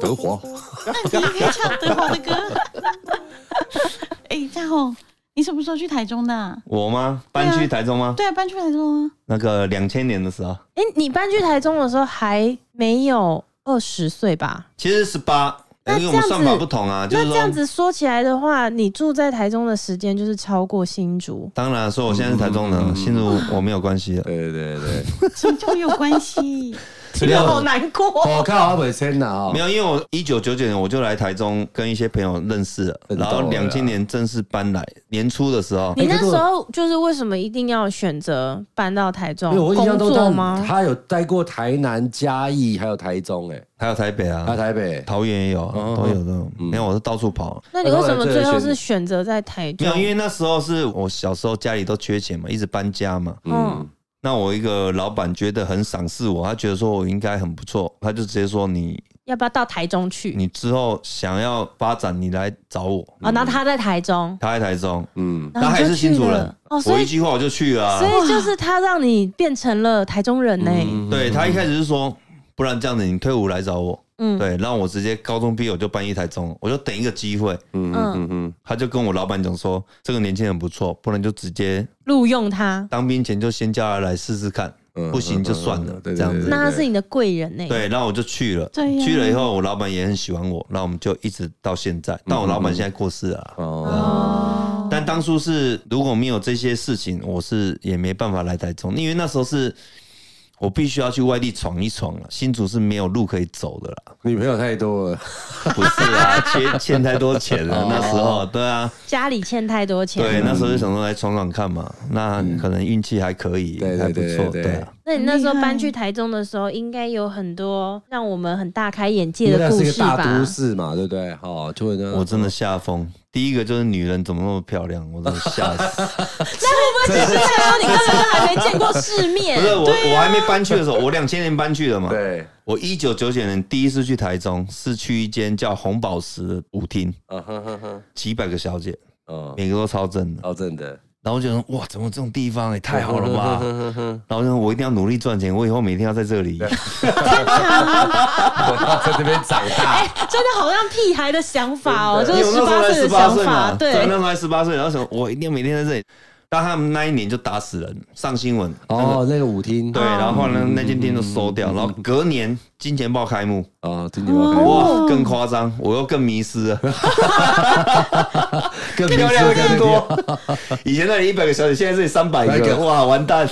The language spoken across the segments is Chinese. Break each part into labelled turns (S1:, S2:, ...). S1: 德华，
S2: 那你 可以唱德华的歌。 哎，大红，你什么时候去台中的啊？
S3: 我吗？搬去台中吗？
S2: 对啊，搬去台中啊。
S3: 那个两千年的时候，
S4: 哎、你搬去台中的时候还没有二十岁吧？
S3: 其实十八，
S4: 那
S3: 因为我们
S4: 这样
S3: 算法
S4: 子
S3: 不同啊，就
S4: 那
S3: 是
S4: 这样
S3: 说，
S4: 子说起来的话，你住在台中的时间就是超过新竹。
S3: 当然说我现在是台中
S1: 嗯嗯嗯
S3: 人，
S1: 嗯
S3: 新竹我没有关系的。
S1: 对对 对，
S2: 什么叫没有 关系？
S1: 这个
S4: 好难过。哦
S1: 哦我靠，阿北先拿啊
S3: 没，有，因为我一九九九年我就来台中跟一些朋友认识了，
S1: 真的
S3: 然
S1: 哦
S3: 后两千年正式搬来，年初的时候，
S4: 你那
S1: 可是我
S4: 时候就是为什么一定要选择搬到台中
S1: 因为我印象
S4: 工
S1: 中
S4: 作
S1: 他
S4: 吗？
S1: 他有待过台南、嘉义，还有台中，哎，
S3: 还有台北
S1: 还有
S3: 啊，
S1: 台北。
S3: 桃园也有
S1: 嗯
S3: 啊，都有这种。
S1: 嗯
S3: 没有，我是到处跑。
S4: 那你为什么最
S1: 后来
S4: 后
S1: 这个
S4: 是选择在台
S3: 呃没
S4: 中？
S3: 有，因为那时候是我小时候家里都缺钱嘛，一直搬家嘛。
S1: 嗯，
S3: 那我一个老板觉得很赏识我，他觉得说我应该很不错，他就直接说你
S4: 要不要到台中去？
S3: 你之后想要发展，你来找我。
S4: 哦，然后他在台中，
S3: 他在台中，
S1: 嗯，
S4: 然后
S3: 嗯他还
S4: 你就是
S3: 新
S4: 去
S3: 竹人
S4: 了，哦，
S3: 我
S4: 所
S3: 一
S4: 以
S3: 句话我就去了、啊嗯
S4: 所。以就是他让你变成了台中人呢、
S1: 嗯
S3: 对他一开始是说，不然这样子，你退伍来找我。
S4: 嗯
S3: 对，让我直接高中毕业我就搬一台中，我就等一个机会。
S1: 嗯嗯嗯，
S3: 他就跟我老板讲说，这个年轻人不错，不然就直接
S4: 录用他，
S3: 当兵前就先叫他来试试看，
S1: 嗯
S3: 不行就算
S1: 嗯嗯
S3: 了
S1: 嗯，对
S3: 这样
S1: 对
S3: 子。
S4: 那他是你的贵人呢、，
S3: 对，然后我就去了。
S2: 对呀
S3: 去了以后，我老板也很喜欢我，那我们就一直到现在。但我老
S1: 嗯
S3: 板现在过世了啊、
S1: 哦，
S2: 哦，
S3: 但当初是如果没有这些事情，我是也没办法来台中，因为那时候是我必须要去外地闯一闯了，新竹是没有路可以走的啦，
S1: 女朋友太多了，
S3: 不是啊，欠欠太多钱
S1: 哦
S3: 了，那时候对啊，
S4: 家里欠太多钱。
S3: 对，那时候就想说来闯闯看嘛，那可能运气还可以，
S1: 嗯对对
S3: 还不
S1: 对
S3: 错，
S1: 对对
S3: 对啊，
S4: 那你那时候
S2: 很厉害
S4: 搬去台中的时候，应该有很多让我们很大开眼
S1: 因
S4: 界
S1: 为
S4: 的
S1: 那
S4: 故
S1: 是一个
S4: 事
S1: 大
S4: 吧？
S1: 都市嘛，对不对？哦，就呢，
S3: 我真的吓疯。第一个就是女人怎么那么漂亮，我真的吓死。
S4: 那会不会只是代表你根本就还没见过世面
S3: 不？是我，我还没搬去的时候，我两千年搬去的嘛。
S1: 啊对，
S3: 我一九九九年第一次去台中，是去一间叫红宝石的舞厅，
S1: 嗯哼哼哼，
S3: 几百个小姐，
S1: 哦
S3: 每个都超正的。
S1: 哦，真的
S3: 然后我就说哇，怎么这种地方也、太好了吧！
S1: 嗯哼哼，
S3: 然后我就说我一定要努力赚钱，我以后每天要在这里。
S1: 在这边长大，
S4: 真的好像屁孩的想法哦，就
S3: 因
S4: 是
S3: 为我那时候
S4: 十八
S3: 才
S4: 岁
S3: 十
S4: 的
S3: 八
S4: 想
S3: 岁
S4: 法。
S3: 嘛，
S4: 对，
S3: 对，那时候才十八岁，然后想我一定要每天在这里。但他们那一年就打死人，上新闻。
S1: 哦，那个舞厅，
S3: 对，然后后来那间店就收掉，然后隔年《金钱豹》开幕，
S1: 哦，今天我
S3: 哇，更夸张，我又更迷 失了。
S1: 更
S3: 漂亮的更多。以前那里一百个小姐，现在这里三百
S1: 300
S3: 个，
S1: 个
S3: 哇，完蛋！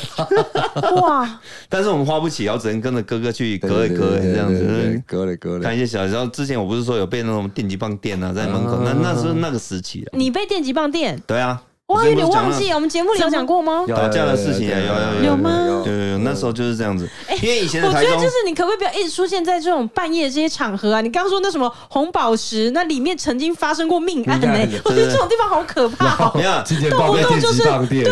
S4: 哇，
S3: 但是我们花不起，然后只能跟着哥哥去隔一隔这样子。嗯
S1: 隔了隔
S3: 看
S1: 了，
S3: 一些小姐，然后之前我不是说有被那种电击棒电啊，在门口，那那是那个时期啊。
S4: 你被电击棒电，
S3: 对啊，
S4: 哇，有
S3: 之前不是讲
S4: 点忘
S3: 了
S4: 记，我们节目里有讲过吗？
S3: 对对对，那时候就是这样子，因为以前的
S4: 哎我觉
S3: 台
S4: 得
S3: 中
S4: 就，是你可不可以不要一直出现在这种半夜这些场合啊？你刚刚说那什么红宝石，那里面曾经发生过命案呢、
S1: 命案
S4: 我觉得这种地方好可怕哦、
S3: 没有，
S1: 今天报被电击棒店，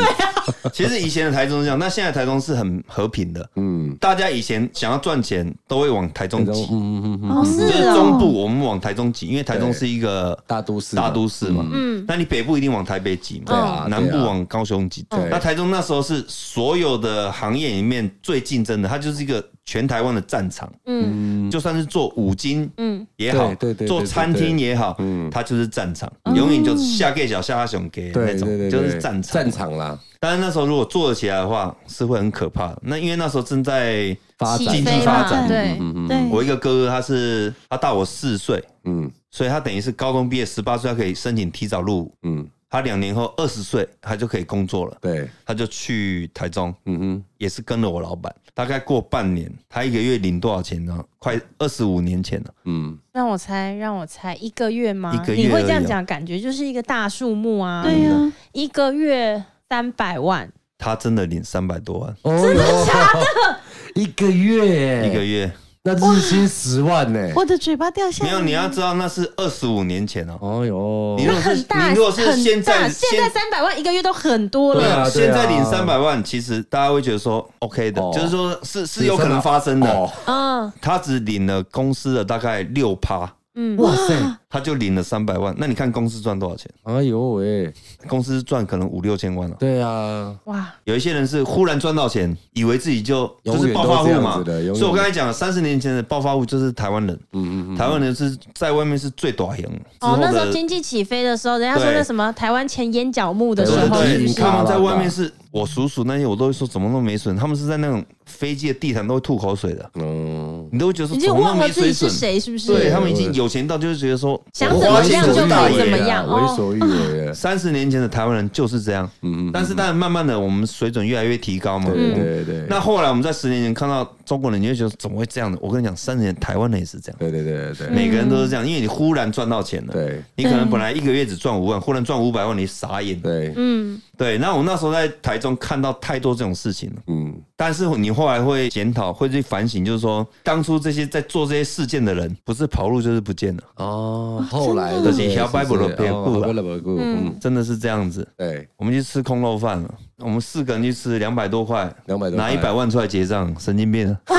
S3: 其实以前的台中是这样，那现在台中是很和平的，
S1: 嗯，
S3: 大家以前想要赚钱都会往台中挤，
S1: 嗯嗯嗯，
S4: 哦，是
S3: 就是
S4: 哦，
S3: 中部我们往台中挤，因为台中
S1: 对
S3: 是一个
S1: 大都市，
S3: 大都市嘛，
S4: 嗯
S3: 那你北部一定往台北挤嘛，
S1: 对啊
S3: 南部往高雄挤。
S1: 对啊
S3: 那台中那时候是所有的行业里面最竞争的，它就是一个全台湾的战场，
S4: 嗯
S1: 嗯，
S3: 就算是做五金
S4: 嗯，
S3: 也好，
S1: 对对对对
S3: 做餐厅也好，
S1: 嗯
S3: 它就是战场，
S4: 哦
S3: 永远就下给小下阿熊给那
S1: 对
S3: 种，
S1: 对对，
S3: 就是战场。
S1: 战。场啦，
S3: 但是那时候如果做得起来的话，是会很可怕的。那因为那时候正在
S1: 发
S4: 起
S1: 展
S4: 飞
S3: 发
S4: 嘛，
S3: 展
S4: 对
S1: 嗯
S2: 对，
S3: 我一个哥哥，他是他大我四岁，
S1: 嗯
S3: 所以他等于是高中毕业十八岁，他可以申请提早入伍。
S1: 嗯，
S3: 他两年后二十岁，他就可以工作了。
S1: 对，
S3: 他就去台中，
S1: 嗯哼，
S3: 也是跟了我老板。大概过半年，他一个月领多少钱呢？快二十五年前了。
S1: 嗯，
S4: 让我猜，让我猜，一个月吗？
S3: 一个月
S4: 你会这
S3: 而
S4: 样
S3: 已哦
S4: 讲，感觉就是一个大数目啊，
S2: 对
S3: 嗯
S2: 呀，
S4: 一个月三百万，
S3: 他真的领三百多万
S1: 真的假的？一个月，
S3: 一个月，
S1: 那日薪十万呢？
S2: 我的嘴巴掉下
S3: 没
S2: 来了。
S3: 有你要知道那是二十五年前哦。
S1: 哦哟
S3: 你如果是
S4: 很大，
S3: 你如果是
S4: 很
S3: 现在
S4: 大现在三百万一个月都很多
S1: 对
S4: 了，
S1: 啊
S3: 现在领三百万，其实大家会觉得说 OK 的
S1: 哦，
S3: 就是说是是有可能发生的。
S1: 哦，
S4: 嗯
S3: 他只领了公司的大概六趴，
S4: 嗯，
S1: 哇塞，
S3: 他就领了三百万。那你看公司赚多少钱？
S1: 哎呦喂，
S3: 公司赚可能五六千万哦了、
S1: 对啊，
S4: 哇，
S3: 有一些人是忽然赚到钱，以为自己就就
S1: 永
S3: 是
S1: 远都
S3: 暴发户
S1: 这样
S3: 嘛。
S1: 子的永远
S3: 所以我刚才讲，三十年前的暴发户就是台湾人，
S1: 嗯嗯嗯，
S3: 台湾人是在外面是最短型。
S4: 哦，
S3: 之
S4: 那
S3: 后
S4: 时候
S3: 的
S4: 经济起飞的时候，人家说
S3: 对
S4: 那什么台湾前眼角木的
S3: 对
S4: 时
S3: 对
S4: 候，
S1: 对
S4: 是不
S1: 对
S3: 对，
S4: 是
S3: 他们在外面是我叔叔那些，我都会说怎么都没损，他们是在那种飞机的地毯都会吐口水的，
S1: 嗯，
S3: 你都会觉得说
S4: 你
S3: 怎
S4: 就
S3: 么都
S4: 忘了
S3: 没
S4: 自己
S3: 水
S4: 是
S3: 准。
S4: 谁，是不是？
S3: 对
S1: 对
S3: 他们已
S1: 我
S3: 经有钱到就是觉得说
S4: 想
S3: 我
S4: 怎
S3: 花
S4: 么
S3: 钱
S4: 样
S1: 我
S4: 就
S1: 为
S4: 可
S1: 所
S4: 以怎
S1: 欲
S4: 么
S1: 为啊
S4: 样哦
S1: 为所欲为啊，
S3: 三十年前的台湾人就是这样，
S1: 嗯嗯，
S3: 但是当然慢慢的我们水准越来越提高嘛。
S1: 对
S4: 嗯
S1: 对对，
S3: 那后来我们在十年前看到中国人，你就觉得怎么会这样的？我跟你讲，三十年台湾人也是这样，
S1: 对对对对
S3: 每个人都是这样，因为你忽然赚到钱了，
S1: 对
S3: 你可能本来一个月只赚五万，忽然赚五百万，你傻眼。
S1: 对对，
S4: 嗯，
S3: 对，那我那时候在台中看到太多这种事情了。
S1: 嗯，
S3: 但是你后来会检讨，会去反省，就是说当初这些在做这些事件的人，不是跑路就是不见了，
S1: 哦，后来
S2: 真
S1: 的
S2: 的
S1: 对
S3: 就是小白不了别顾了
S1: 哦不了别顾，嗯，
S3: 真的是这样子。
S1: 对，
S3: 我们去吃空肉饭了，我们四个人去吃两百多块，
S1: 200多块
S3: 拿一百万出来结账，神经病啊！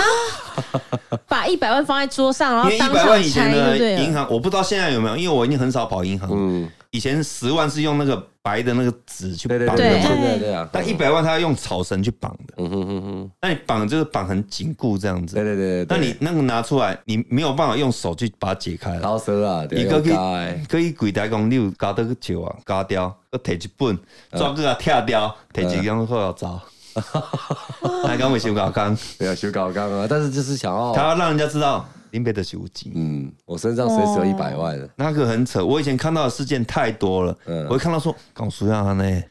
S4: 把一百万放在桌上，然后
S3: 因为一
S4: 当
S3: 百万
S4: 场
S3: 以前
S4: 拆，对
S3: 的
S4: 不对
S3: 银
S4: 了？
S3: 行，我不知道现在有没有，因为我已经很少跑银行。
S1: 嗯，
S3: 以前十万是用那个白的那个纸去
S1: 对
S3: 绑
S1: 对
S3: 的嘛，
S1: 对
S4: 对
S1: 对对啊，
S3: 但一百万他要用草绳去绑的，
S1: 嗯哼哼哼，
S3: 那你绑就是绑很紧固这样子
S1: 对。对对，对
S3: 那你那个拿出来，你没有办法用手去把它解开了。
S1: 老师啊，
S3: 伊
S1: 个
S3: 个去
S1: 去，哎，
S3: 佮伊柜台讲，你有加倒去笑啊，加掉，佮摕一本，
S1: 嗯
S3: 纸去啊拆掉，摕一张好要 走。他讲为什么讲？
S1: 不要修搞纲啊，但是就是想
S3: 他
S1: 要，
S3: 要让人家知道林北的是无极。
S1: 嗯，我身上随
S4: 哦
S1: 时有一百万，
S3: 那个很扯，我以前看到的事件太多了，我会看到说搞输啊呢，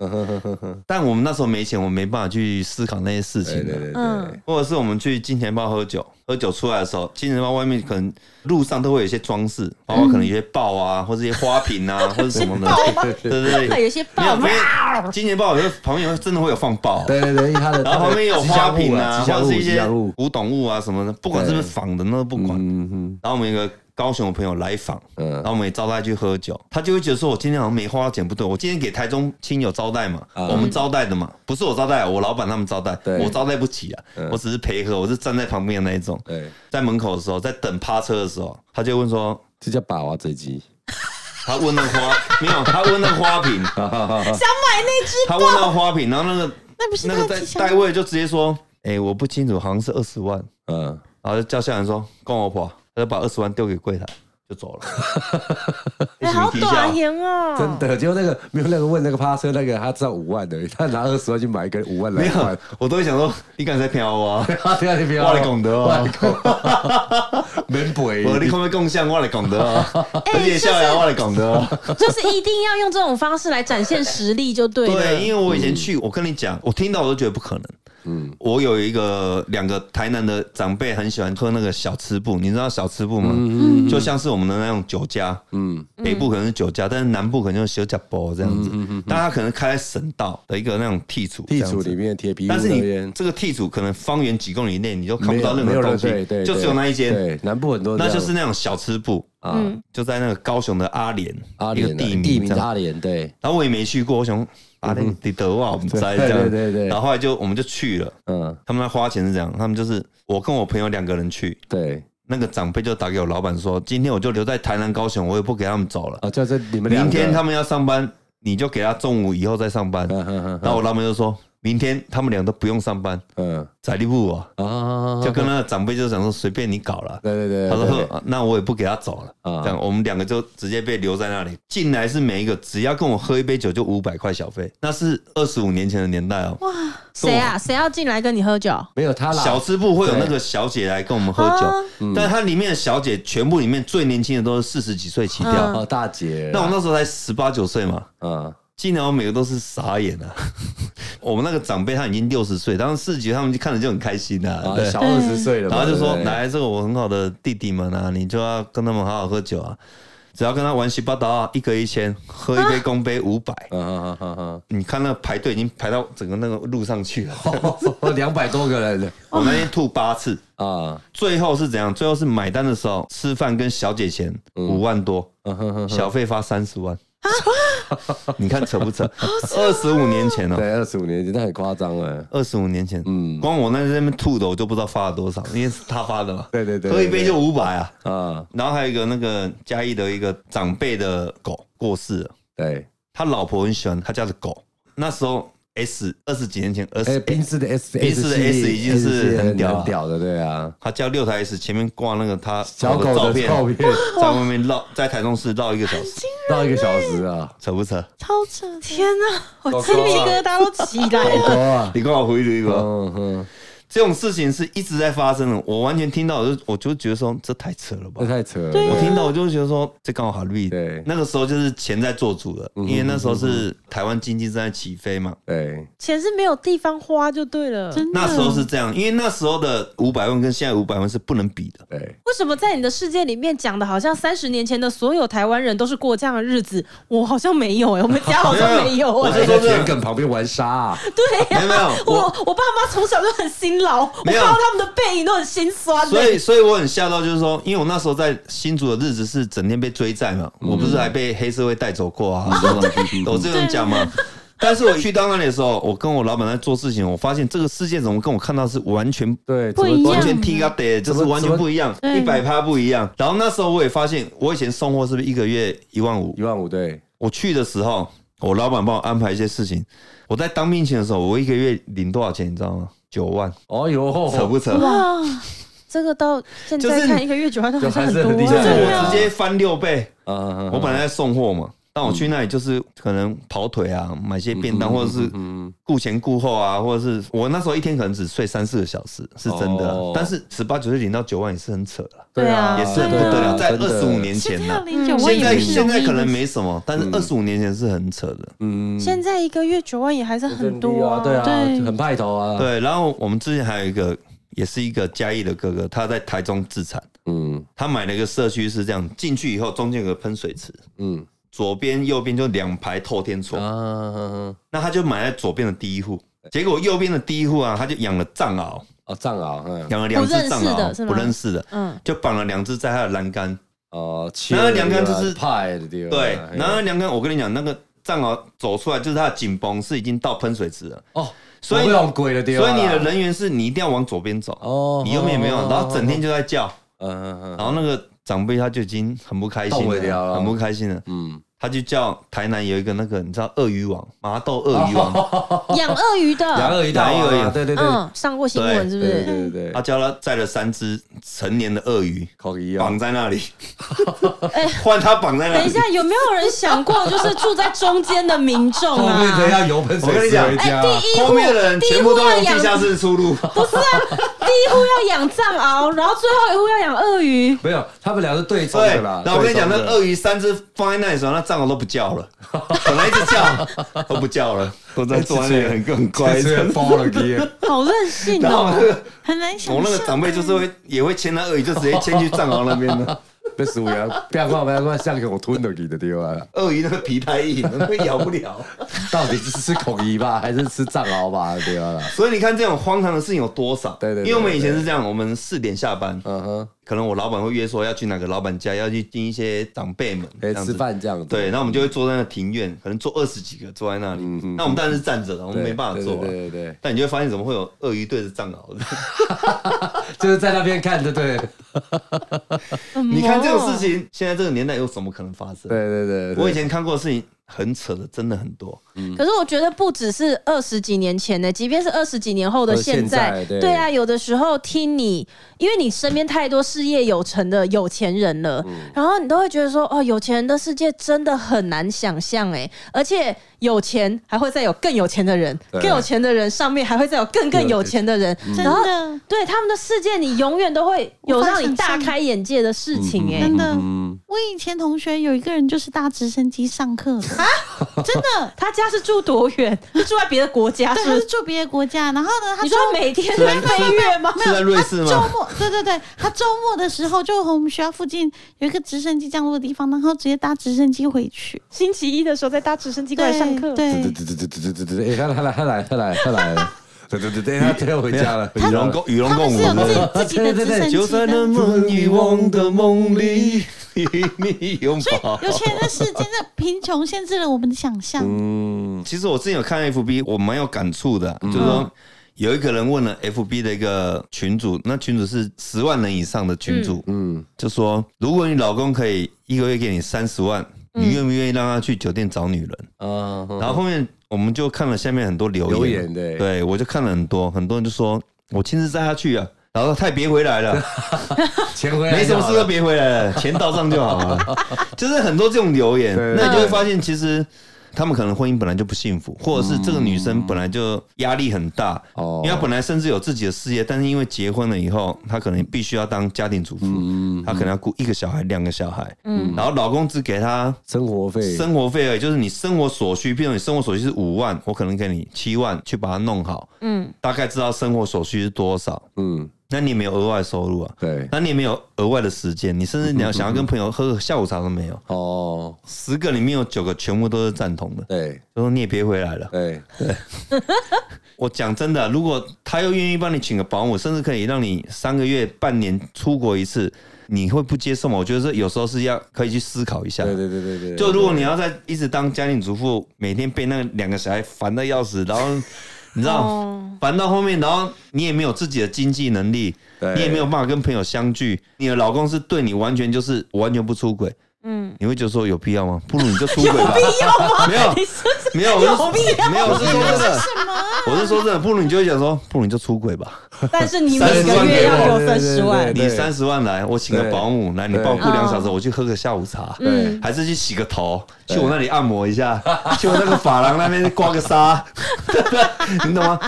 S3: 但我们那时候没钱，我没办法去思考那些事情
S1: 对对
S3: 啊。
S1: 对对
S4: 嗯，
S3: 或者是我们去金钱豹喝酒，喝酒出来的时候，金钱豹外面可能路上都会有一些装饰，包括可能有些豹啊，或者一些花瓶啊，或者什么的，对对对，
S4: 有些
S3: 没有，
S4: 爆
S3: 因为今年豹有时候旁边有真的会有放豹，
S1: 对对对，因为他的，
S3: 然后旁边有花瓶啊，
S1: 吉
S3: 或
S1: 祥
S3: 者
S1: 物
S3: 是一
S1: 吉
S3: 些
S1: 祥物，
S3: 古董物啊什么的，不管是不是仿的，那都不管。
S1: 嗯哼，
S3: 然后我们有一个高雄的朋友来访，
S1: 嗯
S3: 然后我们也招待去喝酒，他就会觉得说我今天好像没花到钱不对，我今天给台中亲友招待嘛，
S1: 嗯
S3: 我们招待的嘛，不是我招待，我老板他们招待，
S1: 对嗯
S3: 我招待不起啊，我只是陪喝，我是站在旁边的那一种，
S1: 对，
S3: 在门口的时候，在等趴车的时候，他就问说。
S1: 这叫把娃追击，
S3: 他问那花 没有，他问那花 瓶，
S4: 想买那只，
S3: 他问那花瓶，然后那个
S2: 那不是
S3: 那
S2: 他
S3: 个
S2: 的
S3: 代
S2: 吉祥
S3: 代
S2: 物
S3: 位就直接说：“哎、我不清楚，好像是二十万。
S1: 嗯，”
S3: 然后就叫下人说：“跟我跑。”他就把二十万丢给柜台，就走了。
S4: 哎，好
S3: 一起低
S4: 短
S3: 笑
S4: 言哦，
S1: 真的，就那个没有那个问那个趴车那个，他赚五万的，他拿二十万去买一个五万
S3: 没
S1: 来换
S3: 有，，我都会想说：“你刚才骗我啊，
S1: 他 这样你不要，
S3: 我来讲的啊，
S1: 免赔，
S3: 我你可不可以共享？我来讲的 啊，
S4: 哎
S3: 而且笑呀，我来讲的啊。
S4: 就是一定要用这种方式来展现实力，就对啊了。
S3: 对，因为我以前去，我跟你讲，我听到我都觉得不可能。嗯，我有一个两个台南的长辈很喜欢喝那个小吃部，你知道小吃部吗？
S1: 嗯
S3: 就像是我们的那种酒家，嗯，北部可能是酒家，但是南部可能就是小甲包这样子。
S1: 嗯
S3: 但他可能开在省道的一个那种剔除，
S1: 地主里。面铁皮屋
S3: 但是
S1: 那
S3: 你
S1: 边
S3: 这个剔除可能方圆几公里内你都看不
S1: 没有
S3: 到任
S1: 没
S3: 何
S1: 有
S3: 东
S1: 人
S3: 西，
S1: 对对，
S3: 就
S1: 对
S3: 只有那一间，
S1: 对，南部很多
S3: 那
S1: 这样，
S3: 就是那种小吃部啊，就在那个高雄的阿莲
S1: 阿
S3: 一个
S1: 联啊
S3: 地
S1: 地
S3: 名
S1: 名
S3: 这样
S1: 阿联，对，
S3: 然后我也没去过，我想阿那得德啊，我们在这
S1: 嗯 对
S3: 样，
S1: 对对对
S3: 然后后来就我们就去了，
S1: 嗯，
S3: 他们那花钱是这样，他们就是我跟我朋友两个人去，
S1: 对，
S3: 那个长辈就打给我老板说，今天我就留在台南高雄，我也不给他们走了，
S1: 哦，就是你们两
S3: 明
S1: 个
S3: 天他们要上班，你就给他中午以后再上班。
S1: 嗯嗯嗯
S3: 然后我老板就说明天他们俩都不用上班，
S1: 嗯
S3: 宰力不啊，
S1: 啊，
S3: 就跟那个长辈就讲说随便你搞了。
S1: 对对对，
S3: 他说
S1: 对
S3: 呵：“啊那我也不给他走了。”
S1: 啊
S3: 这样我们两个就直接被留在那里。进来是每一个只要跟我喝一杯酒就五百块小费，那是二十五年前的年代哦。
S4: 谁啊？谁要进来跟你喝酒？
S1: 没有他啦，
S3: 小吃部会有那个小姐来跟我们喝
S1: 啊
S3: 酒，但它里面的小姐全部里面最年轻的都是四十几岁起跳。
S1: 哦大姐，
S3: 那我那时候才十八九岁嘛，
S1: 嗯
S3: 进来我每个都是傻眼啊。 我们那个长辈他已经六十岁，当时四十几岁他们就看着就很开心啊。
S1: 啊
S3: 对
S1: 小二十岁了嘛，
S3: 然后就说
S1: 对：“不对
S3: 来，这个我很好的弟弟们啊，你就要跟他们好好喝酒啊，只要跟他玩洗八达啊，一个一千，喝一杯公杯五 百。
S1: 嗯嗯嗯
S3: 你看那个排队已经排到整个那个路上去了。
S1: 嗯嗯，两百多个人
S3: 我那天吐八次，
S1: 啊，
S3: 最后是怎样？最后是买单的时候，吃饭跟小姐钱五万多，
S1: 嗯哼哼，啊
S3: 小费发三十万。 你看扯不 扯？二十五年前哦，
S1: 对，二十五年前那很夸张哎，
S3: 二十五年前，嗯，光我那在那边吐的，我就不知道发了多少，因为是他发的嘛。
S1: 对对对对
S3: 喝一杯就五百啊。
S1: 啊，
S3: 然后还有一个那个嘉义的一个长辈的狗过世了，
S1: 对，
S3: 他老婆很喜欢他家的狗。那时候 S 二十几年前，二
S1: 哎，
S3: 十
S1: 宾士的 S，
S3: 宾士的 S 已经是很
S1: 很
S3: 屌了
S1: 屌的，对啊，
S3: 他叫六台 S，前面挂那个他
S1: 小狗
S3: 照
S1: 的
S3: 片，
S1: 照片
S3: 在外面绕，在台中市绕一个小 时，
S1: 绕一个小时啊，
S3: 扯不扯？
S2: 超扯！
S4: 天哪，我
S1: 狗狗啊
S4: 鸡皮疙瘩都起来
S1: 狗狗
S4: 了。
S1: 啊，
S3: 你跟我回一个，
S1: 嗯哼，
S3: 这种事情是一直在发生的，我完全听到，我就我就觉得说这太扯 了吧
S1: 那。太扯了，
S3: 我听到我就觉得说这刚好绿。
S1: 对嗯
S3: 那个时候就是钱在做主了，因为那时候是台湾经济正在起飞嘛。
S1: 对，
S4: 钱是没有地方花就对了。
S2: 真的，
S3: 那时候是这样，因为那时候的五百万跟现在五百万是不能比的。
S1: 对，
S4: 为什么在你的世界里面讲的好像三十年前的所有台湾人都是过这样的日子？我好像没有哎、我们家好像没有 哎、
S3: 我是说这
S1: 田埂旁边玩沙啊，
S4: 对
S3: 没有没有
S4: 我
S3: 我，
S4: 我爸妈从小就很辛劳，我
S3: 没
S4: 看
S3: 有
S4: 到他们的背影都很心酸、
S3: 所以
S4: 欸。
S3: 所以我很吓到，就是说，因为我那时候在新竹的日子是整天被追债嘛，
S2: 嗯
S3: 我不是还被黑社会带走过啊， 很多东西我这样讲嘛。但是我去到那里的时候，我跟我老板在做事情，我发现这个世界怎么跟我看到是完全
S1: 对，
S2: 不
S1: 怎么
S2: 一样
S3: 完全 T 个得，就是完全不一样，
S2: 么
S3: 一百趴不一样。然后那时候我也发现，我以前送货是不是一个月一万五
S1: 一？万五对，
S3: 我去的时候，我老板帮我安排一些事情。我在当兵前的时候，我一个月领多少钱，你知道吗？九万，
S1: 哦哟，
S3: 扯不扯？
S4: 哇，这个到现
S3: 就
S4: 在
S3: 是
S4: 看一个月九万都好像很多、
S1: 就还是很
S4: 欸，
S1: 厉害
S3: 就是
S1: 对啊
S3: 我直接翻六倍。
S1: 啊啊啊
S3: 我本来在送货嘛，但我去那里就是可能跑腿啊，买些便
S1: 嗯
S3: 当，或者是顾前顾后啊，或者是我那时候一天可能只睡三四个小时，是真的啊
S1: 哦。
S3: 但是十八九岁领到九万也是很扯了。
S1: 对啊，
S3: 也是很不得了，在
S1: 真的
S3: 二十五年前
S2: 现在
S3: 呢
S2: 要、零九
S4: 嗯，
S2: 我
S3: 现
S2: 也
S3: 在
S2: 不是
S3: 现在
S2: 容易
S3: 可能
S2: 的
S3: 没什么，但是二十五年前是很扯的。
S1: 嗯，
S4: 现在一个月九万也还是很多
S1: 啊，对啊，
S2: 对
S1: 很派头啊，，
S3: 对，然后我们之前还有一个，也是一个嘉义的哥哥，他在台中自产，
S1: 嗯
S3: 他买了一个社区是这样，进去以后中间有个喷水池，
S1: 嗯
S3: 左边右边就两排透天
S1: 啊
S3: 厝，
S1: 啊
S3: 那他就买在左边的第一户。结果右边的第一户啊，他就养了藏獒，
S1: 啊，藏獒，嗯，
S3: 养了两只藏
S4: 不认识的是
S3: 獒，
S4: 吗
S3: 不认识的，
S4: 嗯，
S3: 就绑了两只在他的栏杆。
S1: 哦，
S3: 然后两个就是
S1: 派的地方，
S3: 对
S1: 哎，
S3: 然后梁哥，我跟你讲，那个藏獒走出来就是它的紧绷是已经到喷水池了，
S1: 哦，
S3: 所以
S1: 我用鬼的地
S3: 所
S1: 方
S3: 以
S1: 啊，
S3: 你的人员是你一定要往左边走，
S1: 哦，
S3: 你右边也没有，然后整天就在叫，
S1: 嗯嗯
S3: 然
S1: 嗯
S3: 后那个长辈他就已经很不开心
S1: 受不了
S3: 了，
S1: 了
S3: 很不开心了，
S1: 嗯，
S3: 他就叫台南有一个那个你知道鳄鱼网麻豆鳄鱼网，
S4: 养鳄鱼的，
S1: 两个一大
S3: 两个啊
S1: 啊
S3: 一
S1: 对对对，
S4: 嗯，上过新闻是不
S1: 对对
S4: 是？
S1: 对 对
S3: 他
S1: 对，
S3: 叫他载了三只成年的鳄鱼
S1: 口一啊
S3: 绑
S1: 样，
S3: 在 那里，换他绑在那
S4: 等一
S3: 里
S4: 下。，有没有人想过，就是住在中间的民众
S1: 后面的
S4: 啊？
S1: 要油喷
S3: 我跟
S1: 水
S3: 你
S1: 池
S3: 讲
S1: 回家，
S3: 啊
S1: 啊
S4: 哎
S3: 后面的人全部都用地下室出入，
S4: 第一户要养藏獒，然后最后一户要养鳄鱼，
S1: 没有，他们俩是对冲
S3: 对
S1: 的啦，，
S3: 然后我跟你讲，那
S1: 对冲的
S3: 鳄鱼三只放在那里的时候，那藏獒都不叫 了，本来一直叫都不叫了，都在坐在那里很更 乖。
S1: 直接包了你，
S4: 好任性
S3: 然后
S4: 哦、
S3: 我那个
S2: 很难想
S3: 我
S2: 象。
S3: 那个长辈就是会也会牵那鳄鱼，就直接牵去藏獒那边了。
S1: 那十五元，不要管不要管，像给我吞了你的地方。
S3: 鳄鱼那个皮太硬，了，咬不 了。
S1: 到底是吃孔乙吧，还是吃藏獒吧？对吧？
S3: 所以你看这种荒唐的事情有多少？
S1: 对对对
S3: 因为我们以前是这样，我们四点下班，
S1: 嗯哼，
S3: 可能我老板会约说要去哪个老板家，要去见一些长辈们，这
S1: 哎，
S3: 样子
S1: 吃饭这样子，
S3: 对，然后我们就会坐在那个庭院，可能坐二十几个坐在那里。那我们当然是站着的，我
S1: 对，
S3: 们没办法坐啊。
S1: 嗯对对对对，
S3: 但你就会发现怎么会有鳄鱼对着藏獒的？
S1: 就是在那边看着，对对
S3: 你看这种事
S4: 情。
S3: 情，现在这个年代有什么可能发生？
S1: 嗯对对对。
S3: 我以前看过的事情很扯的，真的很多。
S4: 可是我觉得不只是二十几年前呢、即便是二十几年后的现在，
S1: 呃现在对
S4: 啊，有的时候听你，因为你身边太多事业有成的有钱人了，然后你都会觉得说，哦，有钱人的世界真的很难想象哎、而且有钱还会再有更有钱的人，
S1: 对
S4: 更有钱的人上面还会再有更更有钱的人，
S2: 真
S4: 然后
S2: 的
S4: 对他们的世界，你永远都会有
S2: 无法
S4: 让你大
S2: 想象
S4: 开眼界的事情哎、
S2: 真的，
S1: 嗯，
S2: 我以前同学有一个人就是搭直升机上课的，真的，
S4: 他家是住多远？是住在别的国家？
S2: 对，
S4: 是
S2: 他
S4: 不
S2: 是
S4: 是？
S2: 住别的国家，然后呢，他
S4: 你说
S2: 周
S4: 每天
S3: 是
S4: 在飞跃吗？
S3: 是在瑞士
S2: 周
S3: 吗？
S2: 末，对对对，他周末的时候就和我们学校附近有一个直升机降落的地方，然后直接搭直升机回去，
S4: 星期一的时候再搭直升机过来上课。
S2: 对
S1: 对
S2: 对
S1: 对对对对对对对，哎，他来他来他来他来他来了，对对对对，他他要回家了，回
S3: 与
S1: 家
S3: 龙
S1: 了
S3: 共与龙
S2: 他
S3: 共
S2: 们是
S3: 舞
S2: 有
S3: 嘛。
S1: 对
S2: 自己自 己的
S1: 对
S2: 直
S1: 对对
S2: 升
S3: 就
S2: 机
S3: 在那
S2: 的。
S3: 梦遗忘的梦里，与你拥抱。
S2: 有钱人的世界，真的贫穷限制了我们的想象。
S1: 嗯，
S3: 其实我之前有看 FB，我蛮有感触的，就是说有一个人问了 FB 的一个群主，那群主是十万人以上的群主，嗯，就说如果你老公可以一个月给你三十万，你愿不愿意让他去酒店找女人？
S1: 啊，
S3: 然后后面我们就看了下面很多嗯留言，
S1: 留言对
S3: 对我就看了很多，很多人就说我亲自带他去啊。然后他也别回来了，
S1: 钱回来
S3: 没什
S1: 就
S3: 么
S1: 啊好
S3: 事都
S1: 了，
S3: 别回来 了，钱到账就好了。就是很多这种留言
S1: 对，
S3: 那你就会发现，其实他们可能婚姻本来就不幸福，或者是这个女生本来就压力很大，
S1: 哦
S3: 因为她本来甚至有自己的事业，但是因为结婚了以后，她可能必须要当家庭
S1: 嗯
S3: 主妇，她可能要顾一个小孩、两个小孩，然后老公只给她
S1: 生活费，
S3: 生活费而已，就是你生活所需，比如你生活所需是五万，我可能给你七万去把它弄好，
S4: 嗯，
S3: 大概知道生活所需是多少，
S1: 嗯，
S3: 那你也没有额外收入啊，
S1: 对，
S3: 那你也没有额外的时间，你甚至你要想要跟朋友喝个下午茶都没有，
S1: 哦，
S3: 十个里面有九个全部都是赞同的，
S1: 对
S3: 就说你也别回来了。
S1: 对，
S3: 我讲真的，如果他又愿意帮你请个保姆，甚至可以让你三个月、半年出国一次，你会不接受吗？我觉得这有时候是要可以去思考一下。
S1: 对对对对对，
S3: 就如果你要在一直当家庭主妇，每天被那两个小孩烦的要死，然后你知
S4: 哦
S3: 道烦到后面，然后你也没有自己的经济能力，
S1: 对
S3: 你也没有办法跟朋友相聚，你的老公是对你完全就是完全不出轨，嗯，你会觉得说有必要吗？不如你就出轨 吧，没有
S4: 你是不是
S3: 没有，我
S4: 有
S3: 是
S4: 必要？
S3: 没有，我是说真的，
S4: 啊
S3: 我是说真的，不如你就会想说，不如你就出轨吧，
S4: 但是你每个月要给我三十
S1: 哎对
S4: 万，
S3: 你三十万来，我请个
S1: 对
S3: 保姆来，你帮我
S1: 对
S3: 雇两
S4: 嗯
S3: 小时，我去喝个下午茶，
S1: 对
S3: 还是去洗个头，去我那里按摩一下，去我那个发廊那边刮个痧， 你懂吗？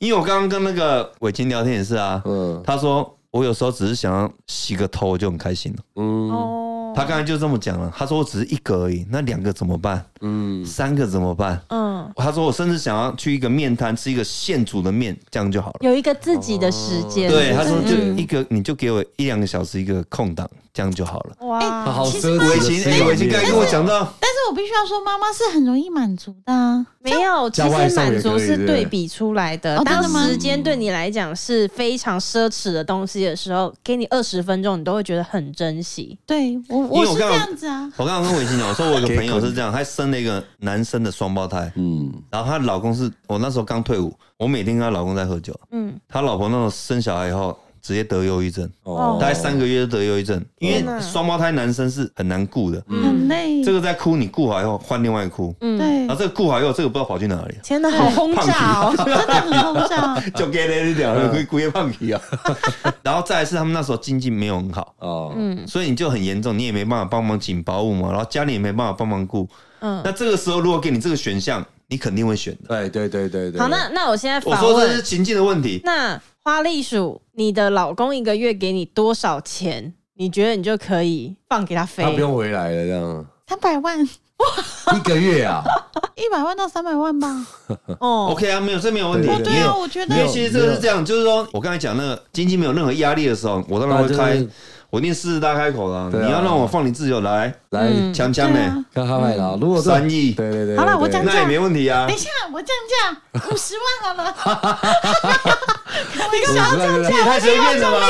S3: 因为我刚刚跟那个伟金聊天也是啊，
S1: 嗯
S3: 他说我有时候只是想要洗个头，我就很开心了。
S1: 嗯
S4: 哦，
S3: 他刚才就这么讲了，他说我只是一个而已，那两个怎么办？
S1: 嗯，
S3: 三个怎么办？
S4: 嗯，
S3: 他说我甚至想要去一个面摊吃一个现煮的面，这样就好了。
S4: 有一个自己的时间，
S3: 对，他说就
S1: 嗯
S3: 一个，你就给我一两个小时一个空档，这样就好了。
S1: 他
S4: 哇，
S1: 好
S2: 其实
S1: 奢侈
S2: 妈
S1: 的
S3: 伟琴，
S1: 生
S3: 哎，
S1: 活
S3: 伟琴刚才跟我讲到，
S2: 但是我必须要说，妈妈是很容易满足的、啊。
S4: 没有，其
S1: 叫外
S4: 实
S1: 送也可
S4: 满足
S1: 以对
S4: 是
S1: 不对
S4: 对比出来的。
S2: 哦真
S4: 当
S2: 的吗
S4: 时间对你来讲是非常奢侈的东西的时候，给你二十分钟，你都会觉得很珍惜。
S2: 对我，
S3: 因为
S2: 我
S3: 我
S2: 是
S3: 看到
S2: 这样子啊。
S3: 我刚刚跟伟琴讲，我说我有个朋友是这样，她生了一个男生的双胞胎，
S1: 嗯
S3: 然后她老公是我那时候刚退伍，我每天跟她老公在喝酒，
S4: 嗯，
S3: 她老婆那时候生小孩以后直接得忧郁症，
S1: 哦，
S3: 大概三个月就得忧郁症，因
S4: 天哪
S3: 为双胞胎男生是很难顾的，
S1: 嗯
S2: 很累，
S3: 嗯这个嗯在哭你顾好以后换另外一个哭，
S4: 嗯
S2: 对
S3: 然后，这个顾好以后这个不知道跑去哪里了，
S4: 天哪，好轰炸 哦！
S2: 真的很啊轰炸。
S3: 就给了一点，故意故意放屁啊，嗯 然后再来是他们那时候经济没有很好。
S1: 哦，
S2: 嗯
S3: 所以你就很严重，你也没办法帮忙请保姆嘛，然后家里也没办法帮忙顾。
S4: 嗯
S3: 那这个时候如果给你这个选项，你肯定会选的。
S1: 哎对对对对对，
S4: 好，那那我现在
S3: 我
S4: 反
S3: 说这是
S4: 问，
S3: 情境的问题，
S4: 那花栗鼠，你的老公一个月给你多少钱？你觉得你就可以放给他飞
S1: 他？不用回来了，这样
S2: 三百万，
S1: 一个 月啊，
S2: 一百万到三百万吧。
S4: 哦，
S3: OK 啊，没有这没有问题
S1: 对
S2: 哦，
S3: 的。
S2: 对
S3: 因为
S2: 啊，我觉
S3: 因为
S2: 得
S1: 有
S3: 其实这个是这样，就是说我刚才讲那个经济没有任何压力的时候，我当然会
S1: 那就
S3: 开
S1: 是，
S3: 我一定狮子大开口了。
S1: 对啊
S3: 你要让我放你自由来，
S1: 来
S3: 强强
S2: 对
S3: 呢
S2: 啊？
S1: 看他卖了，如果这
S3: 三亿
S1: 对对对，
S2: 好了
S1: 对
S2: 我讲
S3: 那也没问题啊
S2: 等一。下，我降价五十万好 了。
S1: 对 对对
S3: 你也太随便了吧？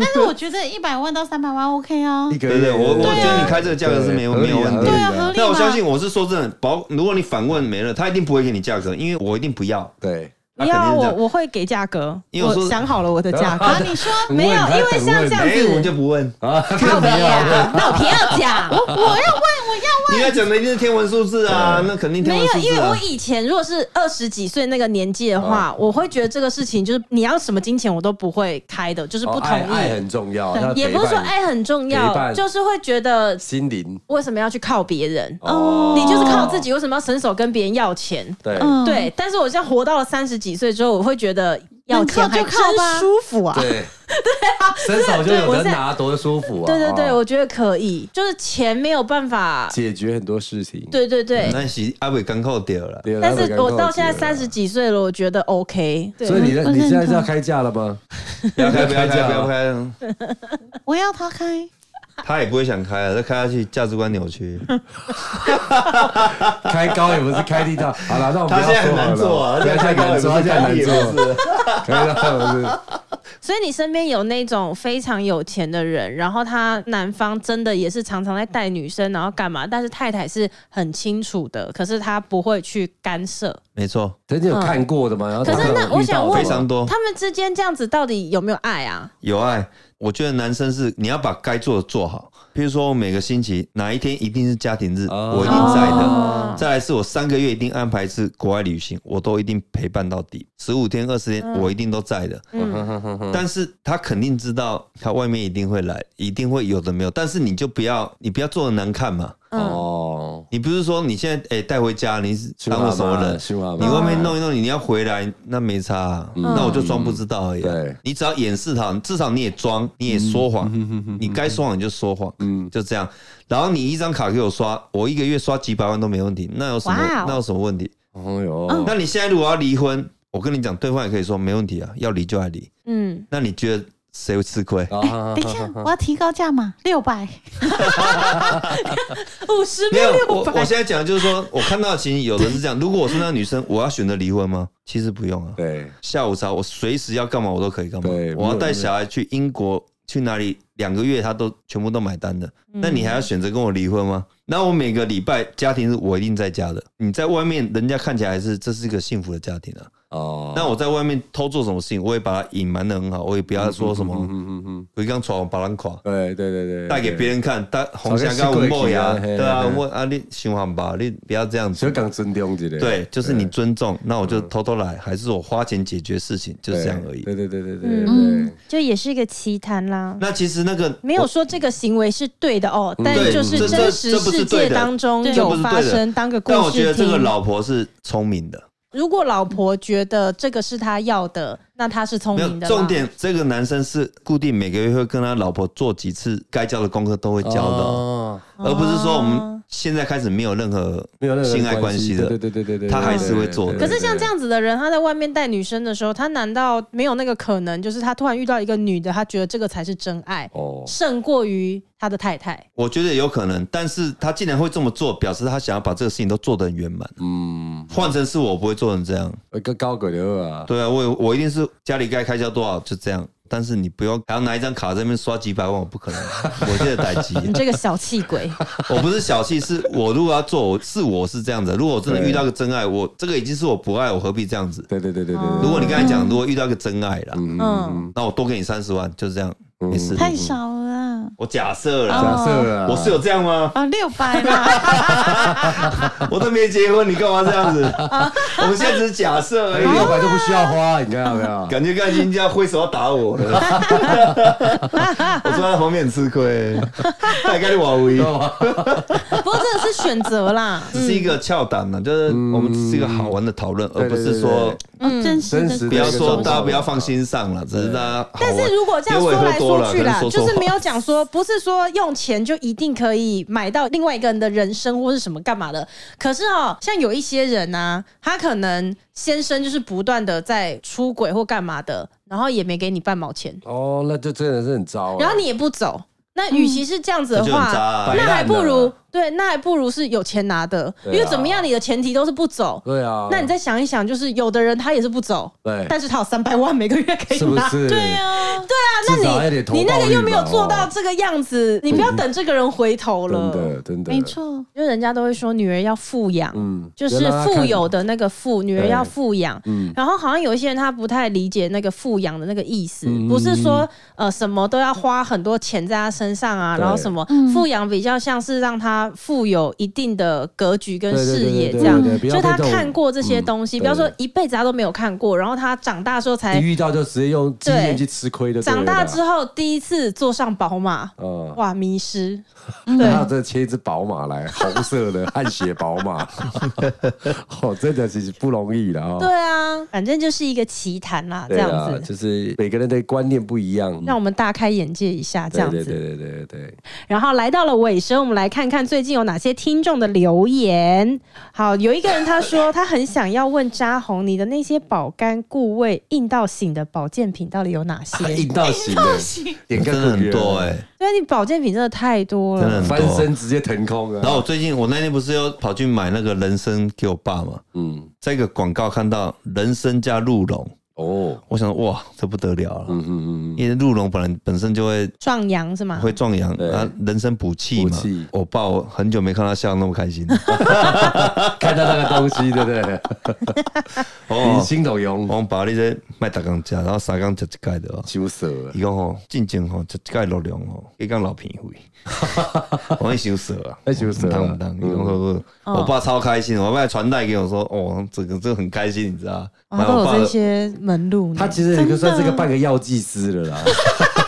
S2: 但是我觉得一百万到三百万 OK 啊
S1: 一。个
S3: 对
S1: 月，
S3: 对，我我
S1: 对
S3: 觉得你开这个价格是没有没有问题
S2: 对
S3: 的。
S2: 啊，合理
S3: 那
S2: 嘛。
S3: 我相信，我是说真的，保如果你反问没了，他一定不会给你价格，因为我一定不要。
S4: 啊
S1: 对，
S4: 不
S3: 他
S4: 要
S3: 啊肯定是这
S4: 我，
S3: 样。
S4: 我会给价格。
S3: 因为我说
S4: 想好了我的价格，
S2: 啊，你说
S1: 我
S4: 没有，
S1: 问他
S4: 因为
S1: 等
S4: 像
S1: 问
S4: 这样
S3: 哎、我们
S4: 子，
S3: 就不问。
S4: 靠北啊，那我不要讲。
S3: 你要讲的一定是天文数字啊，那肯定天
S4: 没
S3: 文
S4: 有
S3: 数，
S4: 因
S3: 字
S4: 为我
S3: 啊。
S4: 以前如果是二十几岁那个年纪的话，我会觉得这个事情就是你要什么金钱我都不会开的，就是不
S1: 哦
S4: 同
S1: 爱爱
S4: 意。
S1: 很重要，要
S4: 也不是
S1: 陪
S4: 说
S1: 伴
S4: 爱很重
S1: 陪
S4: 要，
S1: 伴
S4: 就是会觉得
S1: 心灵
S4: 为什么要去靠别人？
S1: 哦
S4: 你就是靠自己，为什么要伸手跟别人要钱？
S1: 对
S2: 嗯，
S4: 对，但是我现在活到了三十几岁之后，我会觉得要钱
S2: 能靠
S4: 还
S2: 就
S4: 真
S2: 靠吧
S4: 舒服啊。
S1: 对伸手就有人拿，多舒服啊！
S4: 对对
S3: 哦
S4: 对，
S1: 啊
S4: 我觉得可以，就是钱没有办法。
S1: 解决很多事情。
S4: 对对对，
S3: 那是阿伟刚扣掉了，
S1: 对
S4: 但是我到现在，
S1: 来
S4: 三
S1: 不
S4: 十几岁了，我觉得 OK。
S1: 及了所以你的
S2: 我
S1: 你现在
S2: 认
S1: 是
S2: 同
S1: 要开价了吗？
S3: 不要开，不要
S1: 开
S3: 开，
S1: 价
S3: 不要开。
S2: 我要他开，
S3: 他也不会想开了，再开下去价值观扭曲。
S1: 开高也不是开低的。好了，那我们
S3: 他
S1: 不
S3: 现在
S1: 要
S3: 很
S1: 说
S3: 难做
S1: 好
S3: 啊，
S1: 了，不要太难做，他现在很难做，
S3: 做。
S1: 可以了，
S4: 所以你身边有那种非常有钱的人，然后他男方真的也是常常在带女生，然后干嘛？但是太太是很清楚的，可是他不会去干涉。
S3: 没错，
S1: 曾经有看过的嘛？然
S3: 啊
S1: 后
S4: 嗯可是那
S1: 常常
S4: 我想
S1: 遇到的
S4: 问
S3: 非常多
S4: 他们之间这样子到底有没有爱啊？
S3: 有爱。我觉得男生是你要把该做的做好，譬如说我每个星期哪一天一定是家庭日，
S1: 哦
S3: 我一定在的。
S4: 哦
S3: 再来是我三个月一定安排一次国外旅行，我都一定陪伴到底，十五天二十天我一定都在的。但是他肯定知道他外面一定会来，一定会有的没有，但是你就不要你不要做的难看嘛。
S4: 嗯
S1: 哦，
S3: 你不是说你现在哎带、回家你是
S1: 去
S3: 当
S1: 妈
S3: 我什么
S1: 妈
S3: 人？
S1: 去妈
S3: 你
S1: 妈，
S3: 外面弄一弄，你要回来，那没差、啊，那我就装不知道而已啊、
S1: 对
S3: 你只要掩饰好，至少你也装，你也说谎，你该说谎你就说谎，就这样。然后你一张卡给我刷，我一个月刷几百万都没问题，那有什么
S4: 哇哦
S3: 那有什么问题？
S1: 哦哟，
S4: 嗯
S3: 那你现在如果要离婚，我跟你讲，对方也可以说没问题啊，要离就来离。
S4: 嗯，
S3: 那你觉得谁会吃亏？
S1: 啊
S2: 哎，等一 下，我要提高价码，六百。
S4: 五十
S3: 没
S4: 变
S3: 有，
S4: 六
S3: 我我
S4: 百
S3: 现，在讲的就是说，我看到的情形有的是这样。如果我是那个女生，我要选择离婚吗？其实不用啊。
S1: 对，
S3: 下午茶，我随时要干嘛我都可以干嘛
S1: 对。
S3: 我要带小孩去英国去哪里两个月，他都全部都买单的。那你还要选择跟我离婚吗？那我每个礼拜家庭日我一定在家的。你在外面，人家看起来是这是一个幸福的家庭啊。
S1: 哦，
S3: 那我在外面偷做什么事情，我也把它隐瞒的很好，我也不要说什么
S1: 嗯嗯嗯，
S3: 回刚床把人垮。
S1: 对对对对，
S3: 带给别
S1: 人，
S3: 人看，带红香港文墨呀，
S1: 对
S3: 对啊，
S1: 嘿嘿嘿
S3: 我啊你循环吧，你不要这样
S1: 所
S3: 子
S1: 以，讲尊重一点，
S3: 对，就是你尊重，那我就偷偷来，还是我花钱解决事情，就
S1: 嗯对，
S3: 这样而已。
S1: 对对对对对对
S4: 嗯，，就也是一个奇谈啦。
S3: 那其实那个
S4: 没有说这个行为是对的哦，但
S3: 嗯对
S4: 就是
S3: 这这
S4: 真实
S3: 这不是
S4: 世
S3: 对
S4: 界
S3: 的
S4: 当中
S2: 对
S3: 这
S4: 有
S3: 不是对
S4: 发
S3: 的
S4: 生，当个故
S3: 但我觉
S4: 事
S3: 得这个
S4: 听。
S3: 老婆是聪明的，
S4: 如果老婆觉得这个是她要的，那她是聪
S3: 没有
S4: 明的啦。
S3: 重点。这个男生是固定每个月会跟他老婆做几次该交的功课都会交的哦，
S1: 哦，
S3: 而不是说我们现在开始没有任何
S1: 没有那个
S3: 性爱关系
S1: 对
S3: 的。
S1: 对对对对，
S3: 他还是会做的
S4: 可是像这，样子的人，他在外面带女生的时候，他难道没有那个可能？就是他突然遇到一个女的，他觉得这个才是真爱，
S1: 哦，
S4: 胜过于他的太太。
S3: 我觉得有可能，但是他既然会这么做，表示他想要把这个事情都做得很圆满。
S1: 嗯，
S3: 换成是我，不会做成这样。
S1: 一个高个的啊，
S3: 对啊，我有我一定是家里该开销多少就这样，但是你不用还要拿一张卡在那边刷几百万，我不可能，我这个代 级，
S4: 你这个小 气鬼，
S3: 我不是小气，是我如果要做，我是我是这样子。如果我真的遇到个真爱，我这个已经是我不爱，我何必这样子？
S1: 对对对对对，
S3: 如果你刚才讲，如果遇到个真爱了，
S4: 嗯，
S3: 那我多给你三十万，就这样，没事。
S2: 太少了
S3: 我假设
S4: 哦
S3: 了，
S1: 假设了，
S3: 我是有这样 吗？
S2: 啊，六百 啦，
S3: 我都没结婚，你干嘛这样子？我们现在只是假设而
S1: 六
S3: 已。
S1: 百都不需要花，你看到没有？
S3: 感觉刚才人家挥手要打我了，我坐在旁边很吃亏，大概瓦维。
S4: 不过这个是选择啦。
S3: 只是一个翘胆呢，就是我们只是一个好玩的讨论，而不是说
S4: 嗯
S2: 哦真实
S1: 真
S2: 的
S1: 实
S3: 不要说大家不要放心上了，只是大家好玩。
S4: 但是如果这样
S3: 因为
S4: 说
S3: 我也喝
S4: 来
S3: 多
S4: 说
S3: 了
S4: 去啦，
S3: 可能
S4: 就
S3: 说
S4: 是
S3: 错
S4: 没
S3: 话
S4: 有讲说，不是说用钱就一定可以买到另外一个人的人生或是什么干嘛的。可是哦，像有一些人啊，他可能先生就是不断的在出轨或干嘛的，然后也没给你半毛钱，
S1: 哦，那就真的是很糟。啊
S4: 然后你也不走。那与其是这样子的
S3: 嗯那就很渣
S4: 话
S3: 啊，
S4: 那还不
S1: 摆烂
S4: 如
S1: 了
S4: 对，那还不如是有钱拿的，因
S1: 对啊
S4: 为怎么样，你的前提都是不走。
S1: 对啊，
S4: 那你再想一想，就是有的人他也是不走，
S1: 对
S4: 但是他有三百万每个月可以
S1: 是不
S4: 拿，
S1: 是？哎对啊，
S4: 那
S1: 至少还得
S4: 你
S1: 投
S4: 你那
S1: 报
S4: 个
S1: 率
S4: 又没有
S1: 吧
S4: 做到
S1: 哦
S4: 这个样子，你不要等这个人回头
S1: 真
S4: 了。
S1: 的真的
S2: 没，错，
S4: 因为人家都会说女儿要富养，
S1: 嗯
S4: 就是富有的那个富，女儿要富养。
S1: 嗯
S4: 然后好像有一些人他不太理解那个富养的那个意思，
S1: 嗯
S4: 不是说呃什么都要花很多钱在他身上啊，
S1: 对
S4: 然后什么富养比较像是让他富有一定的格局跟
S1: 对对对
S4: 视野
S1: 对
S4: 这样
S1: 对对，对不要
S4: 就他
S1: 被这种
S4: 看过这些
S1: 嗯
S4: 东西，
S1: 对
S4: 比方说一辈子他都没有看过，然后他长大之后才
S1: 一遇到就直接用经验去吃亏的。
S4: 长大之
S1: 后，
S4: 后第一次坐上宝马，
S3: 啊
S1: 嗯，
S4: 哇，迷失。
S1: 然后再切一只宝 马来，红色的汗血宝马，哦，真的其实不容易的啊。
S4: 对啊，反正就是一个奇谈啦，这
S1: 对
S4: 样
S1: 啊，
S4: 子，
S1: 就是每个人的观念不一样。
S3: 嗯
S4: 让我们大开眼界一下，这样
S1: 对对
S4: 子。
S1: 对对对对，
S4: 然后来到了尾声，我们来看看最近有哪些听众的留言。好，有一个人 他说他很想要问扎红，你的那些保肝固胃、硬到醒的保健品到底有哪
S3: 啊
S4: 些？
S1: 硬到型的，点
S3: 真的很多哎、
S1: 嗯
S4: 对啊你保健品真的太多
S3: 真的
S4: 了
S3: 很，
S1: 翻身直接腾空啊！
S3: 然后我最近我那天不是又跑去买那个人参给我爸嘛，
S1: 嗯，
S3: 这个广告看到人参加鹿茸，
S1: 哦，
S3: 我想说哇这不得了了，
S1: 嗯嗯嗯嗯，
S3: 因为鹿茸本来本身就会
S4: 壮阳是吗？
S3: 会壮阳，
S1: 对
S3: 啊人参补气
S1: 补
S3: 嘛
S1: 气。
S3: 我爸我很久没看他笑那么开 心，
S1: 看到那个东西，对不对？
S3: 哦
S1: 林，心董用
S3: 我爸你这卖大缸吃，然后三缸吃一盖的哦。
S1: 羞涩了，
S3: 伊讲吼，进前吼，一一届流量吼，伊讲老偏 废，我想死啊，
S1: 要收拾啊
S3: 当不当？伊讲好好我爸超开心，我爸还传带给我说，哦，这个这个很开心，你知道？
S4: 哇，
S3: 买
S4: 都
S3: 我
S4: 哦
S3: 爸
S4: 有这
S3: 的，
S4: 些门路呢。
S1: 他其实也就算是个半个药剂师了啦。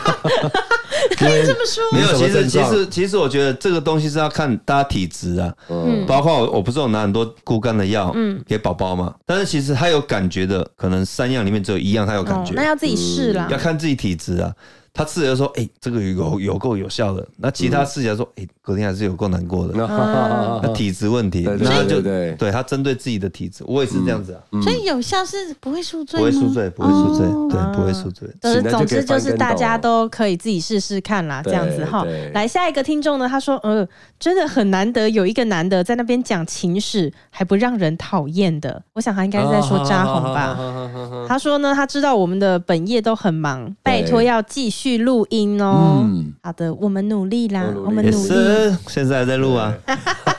S1: 可以这么说
S3: 没有，其实其实其实我觉得这个东西是要看大家体质啊，
S1: 嗯
S3: 包括我我不是有拿很多固肝的药给宝宝嘛，但是其实他有感觉的，可能三样里面只有一样他有感
S4: 哦
S3: 觉，，嗯
S4: 那要自己试啦
S3: 要。看自己体质啊。他吃了就说：“哎、这个有有够有效的。”那其他吃起来说：“哎、隔天还是有够难过的。”
S1: 嗯那
S3: 那体质问题，
S1: 对对
S3: 那就
S1: 对对对嗯
S3: 对他针对自己的体质，我也是这样子啊，
S2: 所以有效是不会宿醉
S3: 不
S2: 吗？
S3: 会宿醉，不会宿醉，
S2: 哦
S3: 对，不会宿醉。
S4: 就是
S1: 醒来就
S4: 总
S1: 可以
S4: 之就
S1: 翻
S4: 是
S1: 跟
S4: 大
S1: 斗
S4: 家
S1: 了
S4: 都可以自己试试看啦，这样子
S1: 对
S4: 哈
S1: 对。
S4: 来下一个听众呢，他说，呃，真的很难得有一个男的在那边讲情史还不让人讨厌的，我想他应该是在说扎红
S1: 啊
S4: 吧。
S1: 吧？
S4: 他说呢，他知道我们的本业都很忙，拜
S1: 对
S4: 托要继续录音哦。
S1: 嗯，
S4: 好的，我们努力啦
S1: 我，努
S4: 我们
S1: 力
S3: 也
S4: 努力。
S3: 是，现在还在录 啊，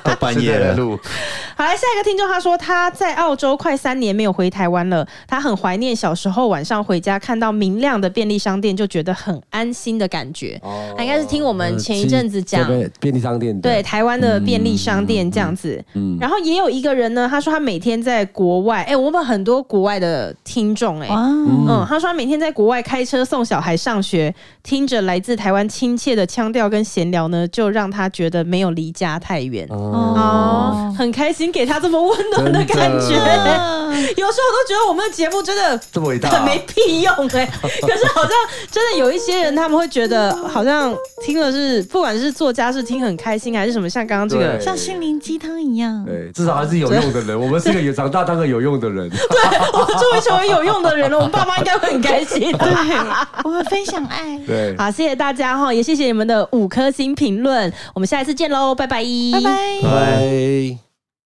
S3: 到半
S1: 现
S3: 夜
S1: 在在
S3: 了。
S1: 录，
S4: 好，来下一个听众，他说他在澳洲快三年没有回台湾了，他很怀念小时候晚上回家看到明亮的便利商店，就觉得很安心的感觉。
S1: 哦
S4: 他应该是听我们前一阵子讲
S1: 对对便利商店的
S4: 对，台湾的便利商店这样子。然后也有一个人呢，他说他每天在国外，哎、我们很多国外的听众、诶，哎。
S2: 哇，
S4: 嗯，他说他每天在国外开车送小孩上学，听着来自台湾亲切的腔调跟闲聊呢，就让他觉得没有离家太远
S3: 嗯
S2: 哦 嗯
S4: 哦，很开心给他这么温暖的感觉。
S1: 真的
S4: 有时候我都觉得我们的节目真的
S1: 这么伟大
S4: 很没屁用哎、 可是好像真的有一些人，他们会觉得好像听了是，不管是做家事听很开心，还是什么，像刚刚这个
S1: 对
S2: 像心灵鸡汤一样。
S1: 对，至少还是有用的人。我们是个有长大当个有用的人，
S4: 我们终于成为有用的人了，我们爸妈应该会很开 心。
S2: 对，我们分享爱。
S1: 对，
S4: 好，谢谢大家哈，也谢谢你们的五颗星评论，我们下一次见喽，拜拜，
S2: 拜拜。
S1: 拜。